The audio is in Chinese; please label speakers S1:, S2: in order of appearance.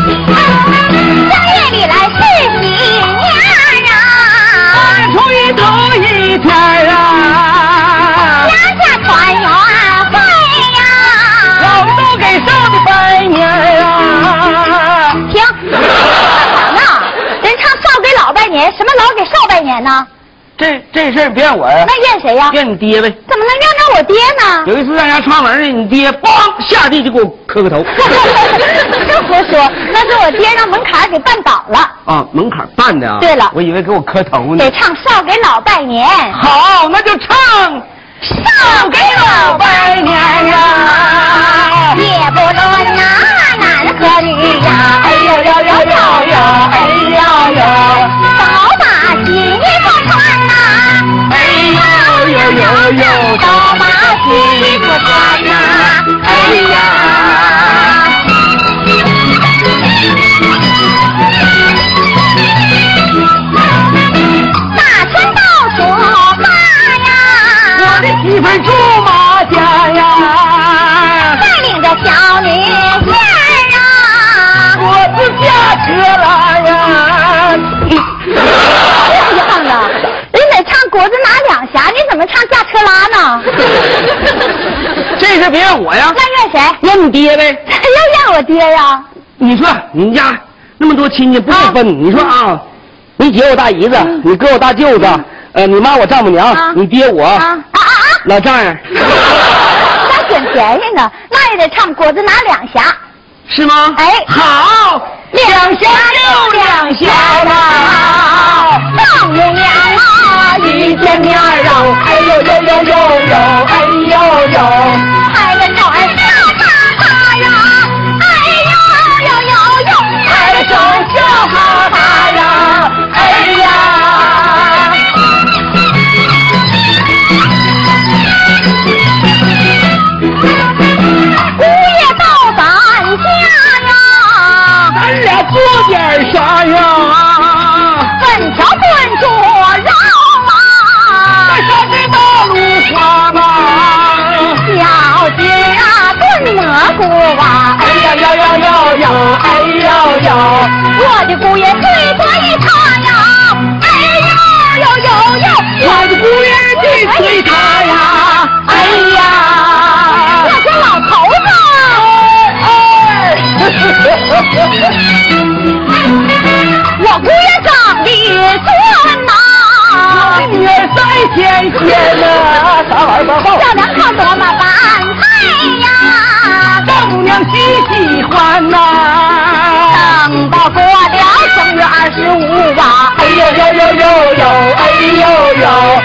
S1: 三月里来是喜年啊，
S2: 初一头一天啊，
S1: 家家团圆会呀。
S2: 老豆给上的拜年啊。
S1: 停，那人唱少给老拜年，什么老给少拜年呢？
S2: 这这事儿别怨我呀，
S1: 那怨谁呀？
S2: 怨你爹呗。
S1: 怎么能怨着我爹呢？
S2: 有一次上家串门呢，你爹梆下地就给我磕个头，
S1: 这胡说，那是我爹让门槛儿给绊倒了。
S2: 啊，门槛绊的啊。
S1: 对了
S2: 我以为给我磕头呢
S1: 得。唱少给老拜年，
S2: 好，那就唱。
S1: 少给老拜年呀，也不论哪男和女呀，哎呦呦呦呦呦，哎呦呦，早把新衣服穿呐、
S2: 哎呦呦呦呦，
S1: 早把新衣服穿呐、哎呀。大春到处发呀，
S2: 我的媳妇儿住马家呀，
S1: 带领着小女燕儿啊，
S2: 我自驾车来呀。
S1: 这样的，人得唱国子拿两匣，你怎么唱驾车拉呢？
S2: 这事别怨我呀，
S1: 那怨谁？
S2: 怨你爹呗。
S1: 又怨我爹呀、
S2: 你说你们家那么多亲戚不够分，你说啊，你姐我大姨子，你哥我大舅子，呃，你妈我丈母娘，
S1: 啊
S2: 你爹我、
S1: 啊？啊啊啊！
S2: 老丈人，
S1: 还捡便宜呢，那也得唱国子拿两匣。
S2: 是吗？
S1: 哎
S2: 好，
S1: 两匣又两匣啦，丈母娘啊，一见面儿哦，哎呦呦呦呦呦，哎呦呦，哎呀手儿笑哈哈呀，哎呦呦呦呦，哎呀手儿笑哈哈呀，哎呀。午夜到咱家呀，
S2: 咱俩做点啥呀？
S1: 粉条炖猪肉啊，
S2: 上这大路花吧。
S1: 饺子啊炖蘑菇啊，
S2: 哎呀呀呀呀呀！哎呦呦！
S1: 我的姑爷最得意他呀，哎呦呦呦呦，
S2: 我的姑爷最催他呀！哎呀！
S1: 哎我这老头子哎我姑爷长得俊呐，
S2: 女儿在天天呐，啥玩意儿报告？
S1: 小两口多么般配呀，
S2: 丈母娘喜喜欢呐、
S1: 等到过了正月二十五啊，
S2: 哎呦呦呦呦呦，哎呦呦，哎哎